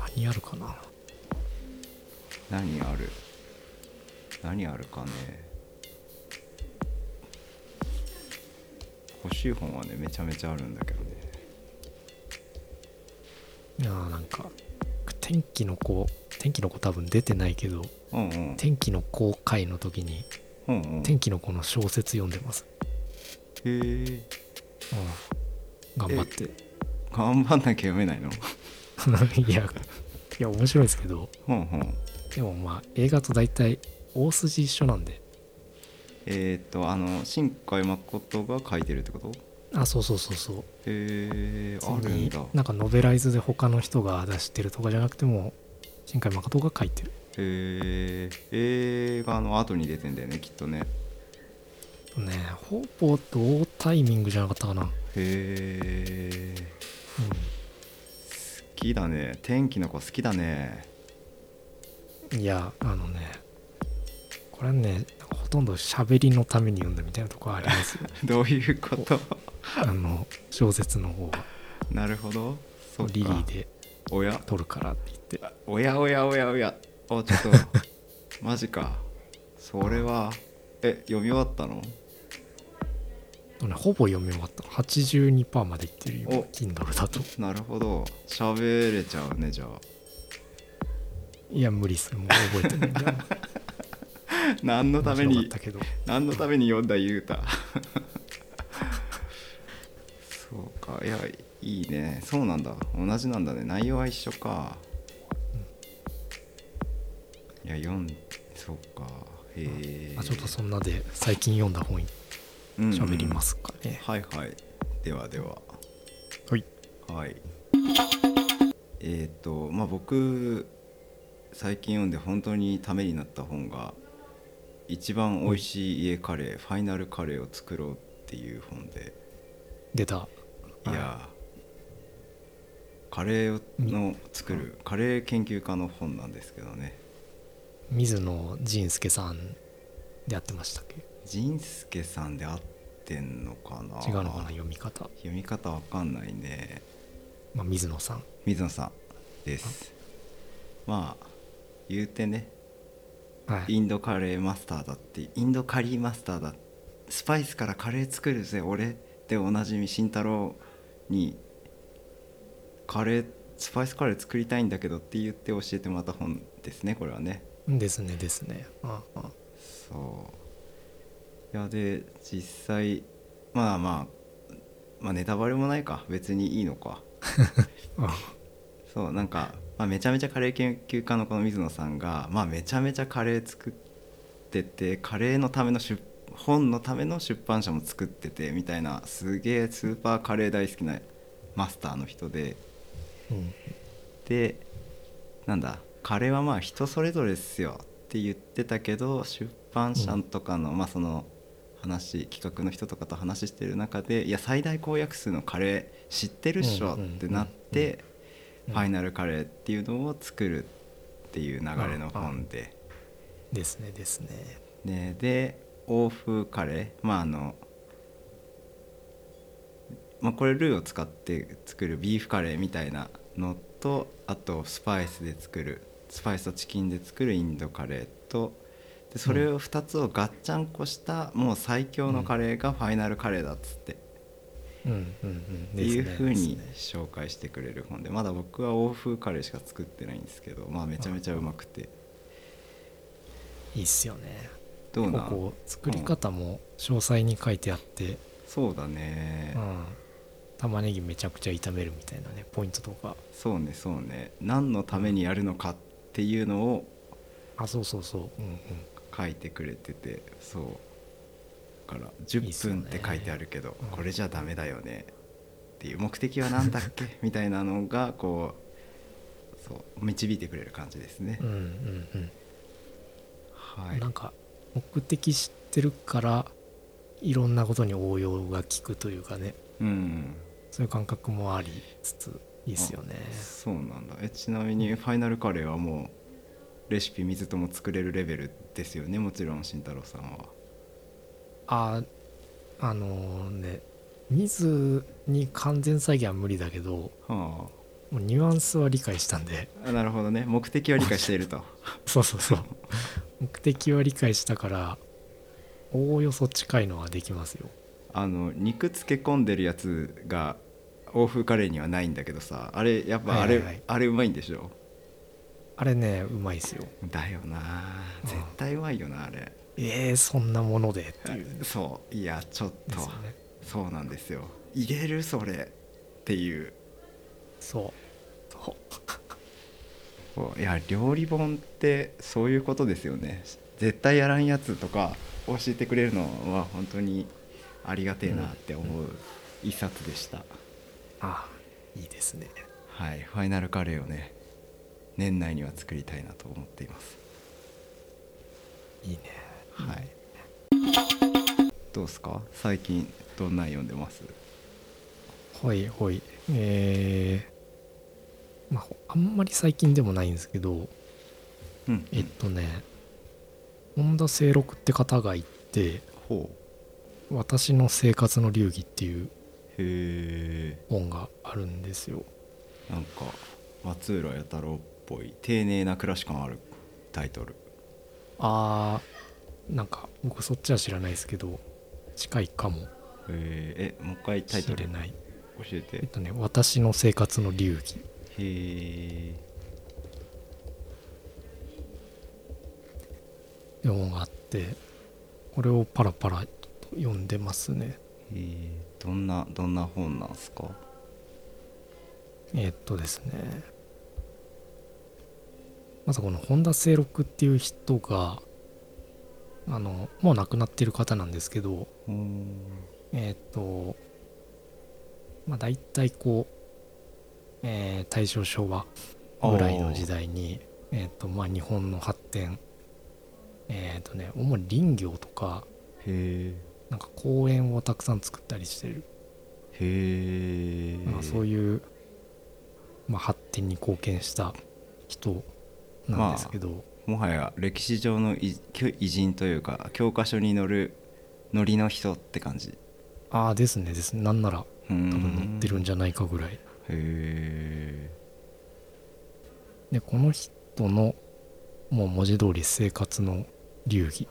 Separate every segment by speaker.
Speaker 1: 何あるかな
Speaker 2: 何ある何あるかね欲しい本はねめちゃめちゃあるんだけどね
Speaker 1: いやーなんか天気の子天気の子多分出てないけど
Speaker 2: うんうん
Speaker 1: 天気の公開の時に
Speaker 2: うんうんへ
Speaker 1: 天気の子の小説読んでます、
Speaker 2: え
Speaker 1: うん、頑張って
Speaker 2: 頑張んなきゃ読めない の
Speaker 1: いやいや面白いですけど
Speaker 2: うんうん
Speaker 1: でもまあ映画と大体大筋一緒なんで
Speaker 2: えー、っとあの新海誠が書いてるってこと
Speaker 1: あそうそうそうそう
Speaker 2: えー、あ
Speaker 1: 別
Speaker 2: るん
Speaker 1: に
Speaker 2: だ
Speaker 1: なんかノベライズで他の人が出してるとかじゃなくても新海誠が書いてる
Speaker 2: えー、映画の後に出てんだよねきっとね
Speaker 1: ねほぼ同タイミングじゃなかったかな、うん、
Speaker 2: へえ好きだね天気の子好きだね
Speaker 1: いやあのねこれはねほとんど喋りのために読んだみたいなとこあります よ
Speaker 2: どういうこと
Speaker 1: あの小説の方は
Speaker 2: なるほどそっか
Speaker 1: リリーで
Speaker 2: おや
Speaker 1: 撮るからって言って
Speaker 2: おやおやおやおやあ ちょっとマジかそれはえ読み終わったの
Speaker 1: でもねほぼ読み終わった82%までいってる今
Speaker 2: お
Speaker 1: Kindle だと
Speaker 2: なるほど喋れちゃうねじゃ
Speaker 1: いや無理っすもう覚えてないんだ よ
Speaker 2: あ何のため
Speaker 1: 面白かっ
Speaker 2: に
Speaker 1: たけど
Speaker 2: 何のために読んだゆうた そうかいやいいねそうなんだ同じなんだね内容は一緒か、いや読んそうかへえ、
Speaker 1: まあ、ちょっとそんなで最近読んだ本喋りますすかね、
Speaker 2: はいはいではでは
Speaker 1: はい
Speaker 2: はいえっ、とまあ僕最近読んで本当にためになった本が「一番おいしい家カレー、ファイナルカレーを作ろう」っていう本で
Speaker 1: 出た
Speaker 2: いやーカレーをの作るカレー研究家の本なんですけどね
Speaker 1: 水野仁介さんでやってましたっけ
Speaker 2: 仁助さんで合ってんのかな
Speaker 1: 違うのかな読み方、
Speaker 2: 読み方わかんないね
Speaker 1: まあ、水野さん
Speaker 2: 水野さんですまあ言うてね
Speaker 1: はい
Speaker 2: インドカレーマスターだってインドカリーマスターだスパイスからカレー作るぜ俺でおなじみ慎太郎にカレースパイスカレー作りたいんだけどって言って教えてもらった本ですねこれはね
Speaker 1: ですねですねああ
Speaker 2: そういやで実際まあまあまあネタバレもないか別にいいのか
Speaker 1: あ
Speaker 2: そうなんか、まあ、めちゃめちゃカレー研究家のこの水野さんが、まあ、めちゃめちゃカレー作っててカレーのための出本のための出版社も作っててみたいなすげえスーパーカレー大好きなマスターの人で
Speaker 1: うん
Speaker 2: でなんだカレーはまあ人それぞれっすよって言ってたけど出版社とかの、まあその話企画の人とかと話してる中でいや最大公約数のカレー知ってるっしょ
Speaker 1: うんうんうん
Speaker 2: ってなって。
Speaker 1: うん
Speaker 2: ファイナルカレーっていうのを作るっていう流れの本で、
Speaker 1: ですねですね
Speaker 2: ねで欧風カレーまああの、まあ、これルーを使って作るビーフカレーみたいなのとあとスパイスで作るスパイスとチキンで作るインドカレーとでそれを2つをガッチャンコした、もう最強のカレーがファイナルカレーだっつって。
Speaker 1: うんうんうん
Speaker 2: っていう風に
Speaker 1: ですね
Speaker 2: 紹介してくれる本でまだ僕は欧風カレーしか作ってないんですけどまあめちゃめちゃうまくて
Speaker 1: いいっすよね
Speaker 2: どう
Speaker 1: こ
Speaker 2: な
Speaker 1: こ作り方も詳細に書いてあって、
Speaker 2: そうだね
Speaker 1: うん、玉ねぎめちゃくちゃ炒めるみたいなねポイントとか
Speaker 2: そうねそうね何のためにやるのかっていうのを
Speaker 1: あそうそうそう、うんうん、
Speaker 2: 書いてくれててそうだから
Speaker 1: いいっす
Speaker 2: 10
Speaker 1: よ
Speaker 2: 分
Speaker 1: ね
Speaker 2: って書いてあるけど
Speaker 1: うん
Speaker 2: これじゃダメだよねっていう目的は何だっ けみたいなのがこうそう導いてくれる感じですね
Speaker 1: うんうんうん
Speaker 2: はい
Speaker 1: なんか目的知ってるからいろんなことに応用が効くというかね
Speaker 2: うん
Speaker 1: そういう感覚もありつついいっすよね
Speaker 2: そうなんだえちなみにファイナルカレーはもうレシピ水とも作れるレベルですよねもちろん慎太郎さんは
Speaker 1: ああのね水に完全再現は無理だけど
Speaker 2: は
Speaker 1: もうニュアンスは理解したんで
Speaker 2: あなるほどね目的は理解していると
Speaker 1: そうそうそう目的は理解したからおおよそ近いのはできますよ
Speaker 2: あの肉漬け込んでるやつが欧風カレーにはないんだけどさあれやっぱあれ、
Speaker 1: はいはいはい
Speaker 2: あれうまいんでしょ
Speaker 1: あれねうまいですよ
Speaker 2: だよな
Speaker 1: うん
Speaker 2: 絶対うまいよなあれ、
Speaker 1: えー、そんなものでっていう
Speaker 2: そういやちょっ
Speaker 1: で
Speaker 2: と、
Speaker 1: すよね
Speaker 2: そうなんですよ入れるそれっていう
Speaker 1: そうそう
Speaker 2: こういや料理本ってそういうことですよね絶対やらんやつとか教えてくれるのは本当にありがてえなって思う一冊でした、
Speaker 1: あいいですね
Speaker 2: はいファイナルカレーをね年内には作りたいなと思っています
Speaker 1: いいね
Speaker 2: はいどうですか最近どんなん読んでます
Speaker 1: ほいほいえー、まああんまり最近でもないんですけど
Speaker 2: うん
Speaker 1: えっとね本田清六って方がいて
Speaker 2: ほ
Speaker 1: 「私の生活の流儀」っていう
Speaker 2: うへえ
Speaker 1: 本があるんですよ
Speaker 2: なんか松浦弥太郎っぽい丁寧な暮らし感あるタイトル
Speaker 1: あーなんか僕そっちは知らないですけど近いかも
Speaker 2: えーえもう一回タイ
Speaker 1: し
Speaker 2: ト
Speaker 1: れ
Speaker 2: ル教
Speaker 1: ない
Speaker 2: え
Speaker 1: えってとね「私の生活の流儀
Speaker 2: へ」
Speaker 1: って本があってこれをパラパラと読んでますね
Speaker 2: えどんなどんな本なんすか
Speaker 1: えーっとですねまずこの本田清六っていう人があのもう亡くなってる方なんですけど
Speaker 2: ほー
Speaker 1: えーっとまあ大体こう、えー大正昭和ぐらいの時代にえーっとまあ日本の発展えーっとね主に林業とか
Speaker 2: へえ
Speaker 1: なんか公園をたくさん作ったりしてる、
Speaker 2: へえ
Speaker 1: まあ、そう
Speaker 2: いう
Speaker 1: いう、まあ、発展に貢献した人なんですけど、
Speaker 2: もはや歴史上の偉偉人というか教科書に載るノリの人って感じ
Speaker 1: ああですねですねなんなら
Speaker 2: 多
Speaker 1: 多分乗ってるん
Speaker 2: へ
Speaker 1: じゃないかぐらい
Speaker 2: え
Speaker 1: でこの人のもう文字通り生活の流儀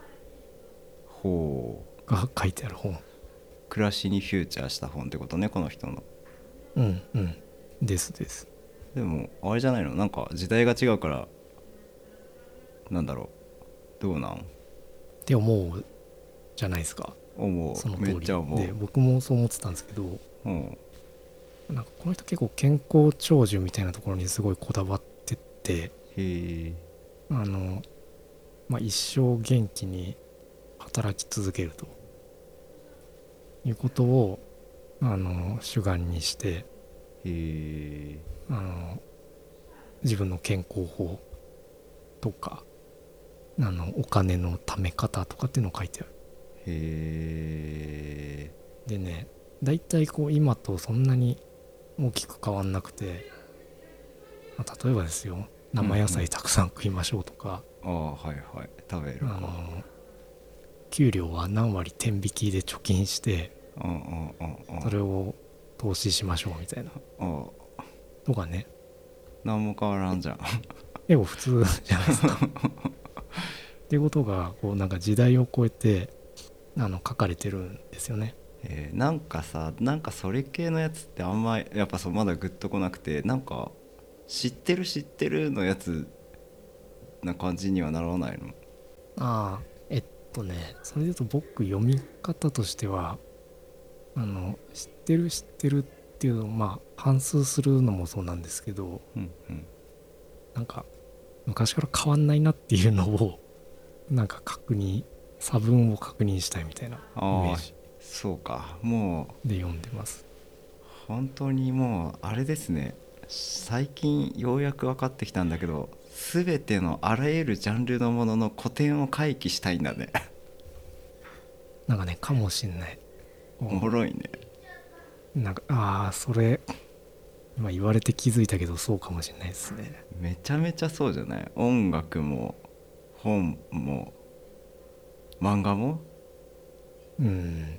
Speaker 2: ほう
Speaker 1: が書いてある本
Speaker 2: 暮らしにフューチャーした本ってことねこの人の
Speaker 1: うんうんですです
Speaker 2: でもあれじゃないのなんか時代が違うからなんだろうどうなん
Speaker 1: って思うじゃないですか
Speaker 2: 思
Speaker 1: その
Speaker 2: う
Speaker 1: 通
Speaker 2: め
Speaker 1: り
Speaker 2: っちゃ思
Speaker 1: で
Speaker 2: う
Speaker 1: 僕もそう思ってたんですけど
Speaker 2: うん
Speaker 1: なんかこの人結構健康長寿みたいなところにすごいこだわってて
Speaker 2: へえ
Speaker 1: あの、まあ、一生元気に働き続けるということをあの主眼にして
Speaker 2: へえ
Speaker 1: あの自分の健康法とかあのお金のため方とかっていうのを書いてある
Speaker 2: へえ
Speaker 1: でね大体こう今とそんなに大きく変わんなくて、まあ例えばですよ生野菜たくさん食いましょうとか、
Speaker 2: ああはいはい食べる
Speaker 1: あ
Speaker 2: か
Speaker 1: の給料は何割天引きで貯金して
Speaker 2: うんうんうんうん
Speaker 1: それを投資しましょうみたいな
Speaker 2: あ
Speaker 1: とかね
Speaker 2: 何も変わらんじ ゃん
Speaker 1: でも普通じゃない ですか。っていうことがこうなんか時代を超えてあの書かれてるんですよね。
Speaker 2: えーなんかさなんかそれ系のやつってあんまやっぱそうまだグッとこなくてなんか知ってる知ってるのやつな感じにはならないの
Speaker 1: ああえっとねそれで言うと僕読み方としてはあの知ってる知ってるっていうのをまあ反数するのもそうなんですけど
Speaker 2: うんうん
Speaker 1: なんか昔から変わんないなっていうのを なんか確認差分を確認したいみたいなイメ
Speaker 2: あ
Speaker 1: ー
Speaker 2: あ
Speaker 1: ジ
Speaker 2: そうかもう
Speaker 1: で読んでます。
Speaker 2: 本当にもうあれですね最近ようやく分かってきたんだけど全てのあらゆるジャンルのものの古典を回帰したいんだね
Speaker 1: なんかねかもしんない。
Speaker 2: おもろいね
Speaker 1: なんかああそれ今言われて気づいたけどそうかもしれないですね
Speaker 2: めちゃめちゃそうじゃない音楽も本も漫画も
Speaker 1: うん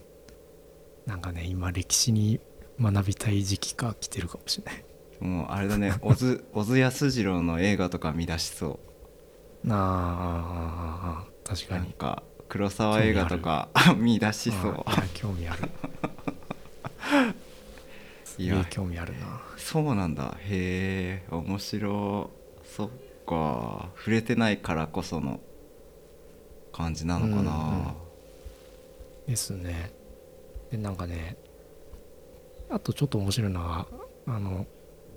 Speaker 1: なんかね今歴史に学びたい時期が来てるかもしれない
Speaker 2: もうあれだ ね小津小津安二郎の映画とか見出しそ
Speaker 1: あー確
Speaker 2: うな
Speaker 1: か
Speaker 2: ん
Speaker 1: に
Speaker 2: か黒沢映画とか見出しそう
Speaker 1: あーいや興味ある
Speaker 2: い
Speaker 1: い
Speaker 2: や
Speaker 1: や興味あるな
Speaker 2: そうなんだへえ面白そっか触れてないからこその感じなのか
Speaker 1: うんうん
Speaker 2: な
Speaker 1: ですねでなんかねあとちょっと面白いのはあの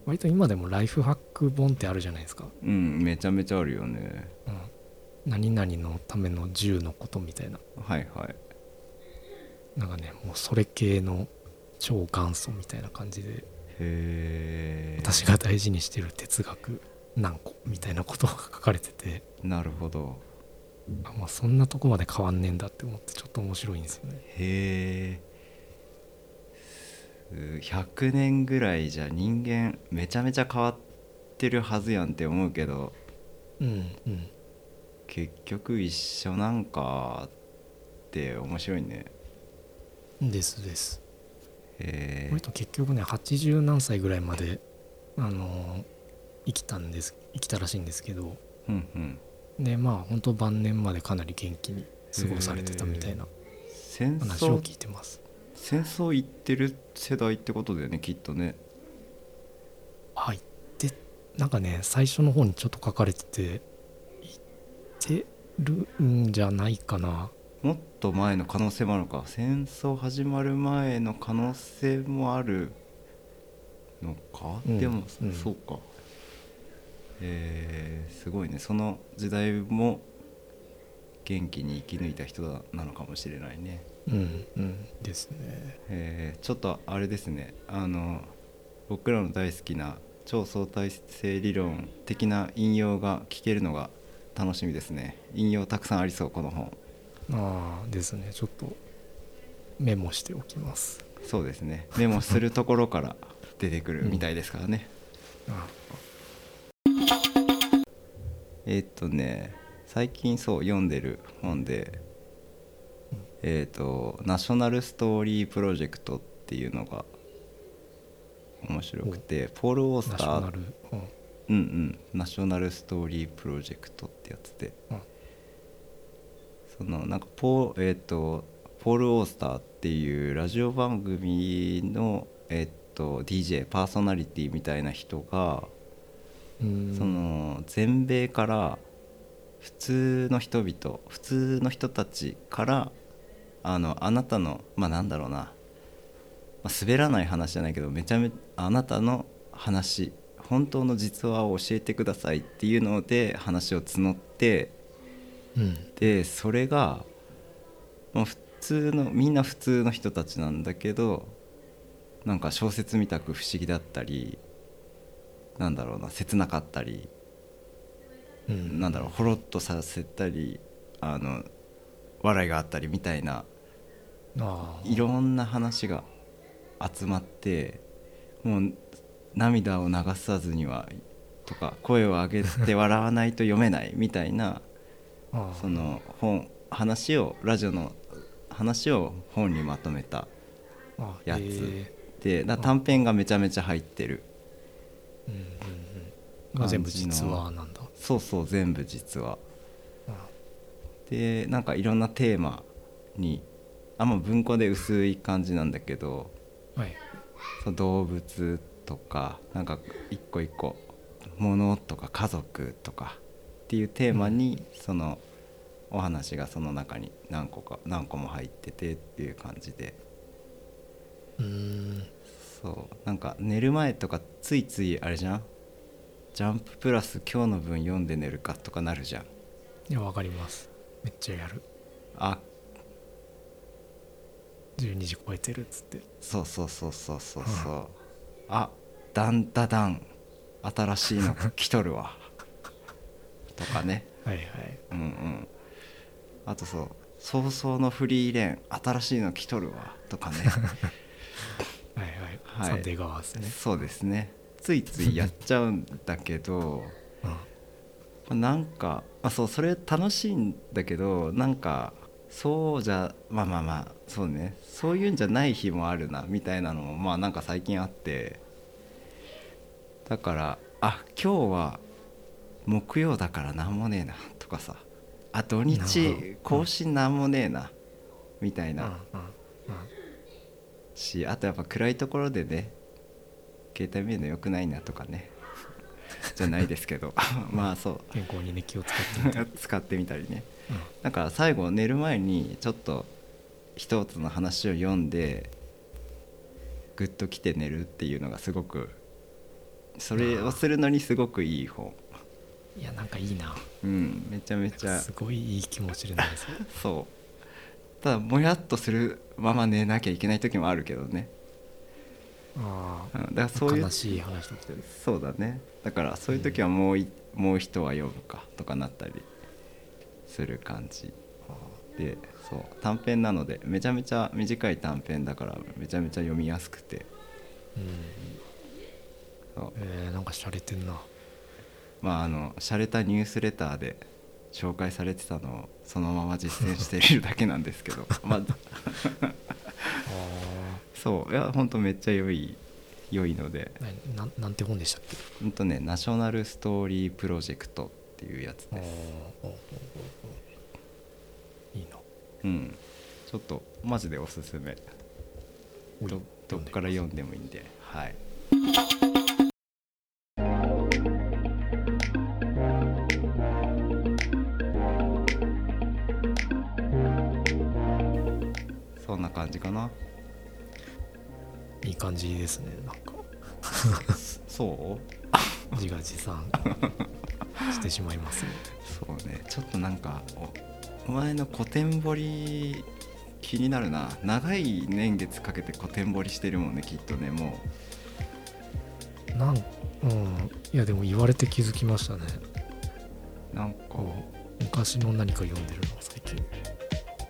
Speaker 1: 割と今でもライフハック本ってあるじゃないですか、
Speaker 2: うん、めちゃめちゃあるよね
Speaker 1: うん、何々のための10のことみたいな
Speaker 2: はいはい
Speaker 1: なんかねもうそれ系の超元祖みたいな感じで
Speaker 2: へえ
Speaker 1: 私が大事にしてる哲学何個みたいなことが書かれてて
Speaker 2: なるほど
Speaker 1: あ、まあ、そんなとこまで変わんねえんだって思ってちょっと面白いんですよね
Speaker 2: へえ100年ぐらいじゃ人間めちゃめちゃ変わってるはずやんって思うけど
Speaker 1: うんうん
Speaker 2: 結局一緒なんかって面白いね
Speaker 1: ですです
Speaker 2: へ
Speaker 1: これと結局ね80何歳ぐらいまであのー生きたんです生きたらしいんですけど
Speaker 2: えうんうん
Speaker 1: でまあ本当晩年までかなり元気に過ごされてたみたいな
Speaker 2: 戦
Speaker 1: 話を
Speaker 2: 争
Speaker 1: 聞いてます
Speaker 2: 戦争行ってる世代ってことだよねきっとね
Speaker 1: はいでなんかね最初の方にちょっと書かれてて言ってるんじゃないかな
Speaker 2: もっと前の可能性もあるのか戦争始まる前の可能性もあるのか、
Speaker 1: うん
Speaker 2: でも、
Speaker 1: うん
Speaker 2: そうかえー、すごいねその時代も元気に生き抜いた人だなのかもしれないね
Speaker 1: うんうんですね
Speaker 2: えーちょっとあれですねあの僕らの大好きな超相対性理論的な引用が聞けるのが楽しみですね引用たくさんありそうこの本
Speaker 1: ああですねちょっとメモしておきます
Speaker 2: そうですねメモするところから出てくるみたいですからね、
Speaker 1: あ
Speaker 2: えーっとね最近そう読んでる本でえーっと「ナショナルストーリープロジェクト」っていうのが面白くてポール・オース
Speaker 1: ナ
Speaker 2: タ
Speaker 1: ショ
Speaker 2: ー
Speaker 1: ナル、うん
Speaker 2: うんうんナショナルストーリープロジェクトってやつで
Speaker 1: うん
Speaker 2: そのなんかポー,、えー、とポール・オースターっていうラジオ番組の、えー、と DJ パーソナリティみたいな人が、
Speaker 1: うん
Speaker 2: その全米から普通の人々普通の人たちからあのあなたのまあなんだろうな、まあ、滑らない話じゃないけどめちゃめちゃあなたの話本当の実話を教えてくださいっていうので話を募って
Speaker 1: うん
Speaker 2: でそれが、まあ、普通のみんな普通の人たちなんだけどなんか小説みたく不思議だったりなんだろうな切なかったり
Speaker 1: うん
Speaker 2: なんだろうほろっとさせたりあの笑いがあったりみたいな
Speaker 1: ああ
Speaker 2: いろんな話が集まってもう涙を流さずにはとか声を上げて笑わないと読めないみたいな
Speaker 1: ああ
Speaker 2: その本話をラジオの話を本にまとめた
Speaker 1: あ
Speaker 2: やつ
Speaker 1: ええ
Speaker 2: でだから短編がめちゃめちゃ入ってる
Speaker 1: うんうんうんまあ全部
Speaker 2: 感じの
Speaker 1: 実話なんだ
Speaker 2: そうそう全部実は。
Speaker 1: あ
Speaker 2: でなんかいろんなテーマにあんま文庫で薄い感じなんだけど
Speaker 1: あはい
Speaker 2: その動物とかなんか一個一個物とか家族とかっていうテーマにそのお話がその中に何個か何個も入っててっていう感じで
Speaker 1: うーん
Speaker 2: そうなんか寝る前とかついついあれじゃん「ジャンププラス今日の分読んで寝るか」とかなるじゃん
Speaker 1: いやわかりますめっちゃやる
Speaker 2: あ
Speaker 1: 12時超えてるっつって
Speaker 2: そうそうそうそうそうそう、あだんだだん新しいの来とるわとかね
Speaker 1: はいはい
Speaker 2: うんうんあとそう「早々のフリーレン新しいの来とるわ」とかね
Speaker 1: はいはい、
Speaker 2: はい
Speaker 1: サンデー側ですね、
Speaker 2: そうですねついついやっちゃうんだけど
Speaker 1: うん、
Speaker 2: まあなんか、まあ、そうそれ楽しいんだけどなんかそうじゃまあまあまあそうねそういうんじゃない日もあるなみたいなのもまあなんか最近あってだからあ今日は木曜だからなんもねえなとかさあ土
Speaker 1: なるほど
Speaker 2: 日更新なんもねえなみたい
Speaker 1: うんうん
Speaker 2: な
Speaker 1: うん
Speaker 2: しあとやっぱ暗いところでね携帯見るの良くないなとかねじゃないですけど まあそう
Speaker 1: 健康にね気を使ってみて
Speaker 2: 使ってみたりね
Speaker 1: うん
Speaker 2: だから最後寝る前にちょっと一つの話を読んでグッときて寝るっていうのがすごくそれをするのにすごくいい本
Speaker 1: いやなんかいいな
Speaker 2: うんめちゃめちゃ
Speaker 1: すごいいい気持ちでなんですよ
Speaker 2: そうただもやっとするまま寝なきゃいけない時もあるけどね、
Speaker 1: あ
Speaker 2: うん
Speaker 1: あ、
Speaker 2: だからそういう
Speaker 1: 悲しい話だったよね
Speaker 2: そうだねだからそういう時はもうい、もう人は読むかとかなったりする感じでそう短編なのでめちゃめちゃ短い短編だからめちゃめちゃ読みやすくて
Speaker 1: うん
Speaker 2: そう
Speaker 1: えー、なんか洒落てんな
Speaker 2: まああの洒落たニュースレターで紹介されてたのをそのまま実践しているだけなんですけ どまあ
Speaker 1: あ
Speaker 2: そういやほんとめっちゃ良い良いので
Speaker 1: ーななんなんて本でしたっけ
Speaker 2: ほんとね「ナショナルストーリープロジェクト」っていうやつ
Speaker 1: あー
Speaker 2: です
Speaker 1: おうおうおうおういいな
Speaker 2: うんちょっとマジでおすすめ
Speaker 1: おい
Speaker 2: どどっから読んでもいいんではいそんな感じかない
Speaker 1: い感じですねなんか
Speaker 2: そう
Speaker 1: 自画自賛してしまいますね
Speaker 2: そうねちょっとなんかおお前の古典掘り気になるな長い年月かけて古典掘りしてるもんねきっとねも
Speaker 1: なんうんいやでも言われて気づきましたね
Speaker 2: うなんか
Speaker 1: こう昔の何か読んでるの最近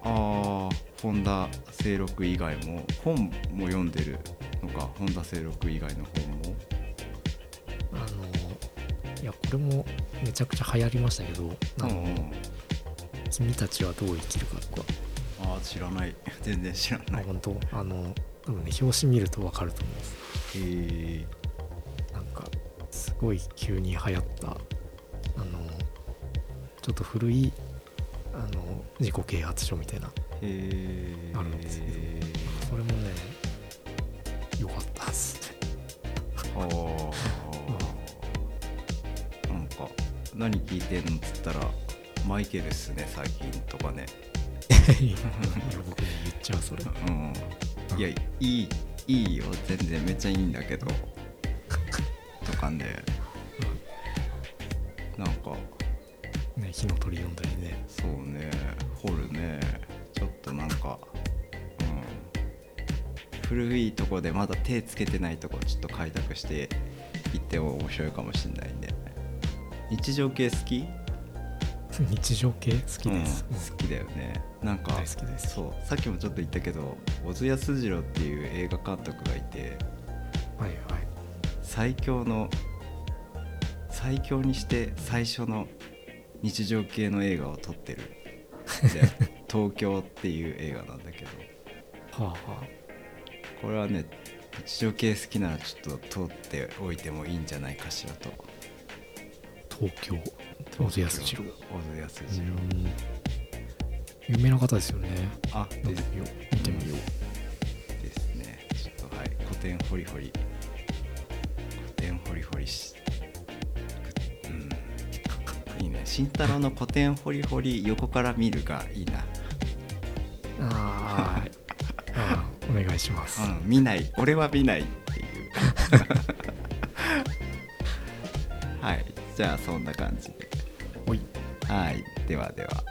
Speaker 2: ああ本田清六以外も本も読んでるのか本田清六以外の本も
Speaker 1: あのいやこれもめちゃくちゃ流行りましたけど「あの
Speaker 2: うんうん
Speaker 1: 君たちはどう生きるか」とか、
Speaker 2: ああ知らない 全然知ら
Speaker 1: ま
Speaker 2: な
Speaker 1: あ、
Speaker 2: いへ
Speaker 1: 本当あの多分ね表紙見ると分かると思います
Speaker 2: え
Speaker 1: なんかすごい急に流行ったあのちょっと古いあの自己啓発書みたいな
Speaker 2: へえ
Speaker 1: あるんですけどこれもね良かったっす ね
Speaker 2: あーなんか何聞いてんのっつったらマイケルっすね最近とかね
Speaker 1: いや僕ね言っちゃうそれ
Speaker 2: うんいやいいいいよ全然めっちゃいいんだけどとかねなんか
Speaker 1: ね火の鳥読んだりね
Speaker 2: そうね掘るねちょっとなんかうん古いとこでまだ手つけてないとこちょっと開拓していっても面白いかもしんないね日常系好き
Speaker 1: 日常系好きです、
Speaker 2: うん好きだよねなんか
Speaker 1: 大好きです
Speaker 2: そうさっきもちょっと言ったけど小津安二郎っていう映画監督がいて
Speaker 1: うんはいはい
Speaker 2: 最強の最強にして最初の日常系の映画を撮ってるで 東京っていう映画なんだけど
Speaker 1: はあは
Speaker 2: これはね日常系好きならちょっと通っておいてもいいんじゃないかしらと
Speaker 1: あ東京小津安二郎
Speaker 2: 小津安
Speaker 1: う
Speaker 2: 二郎
Speaker 1: ん有名な方ですよね
Speaker 2: あ
Speaker 1: 飲ん
Speaker 2: で
Speaker 1: ですみよう見てみよう
Speaker 2: ですねちょっとはい古典ホリホリ古典ホリホリしうんいいね慎太郎の古典ホリホリ横から見るがいいな
Speaker 1: あーあーお願いします、
Speaker 2: うん、見ない俺は見ないっていうはいじゃあそんな感じで
Speaker 1: おい
Speaker 2: はいではでは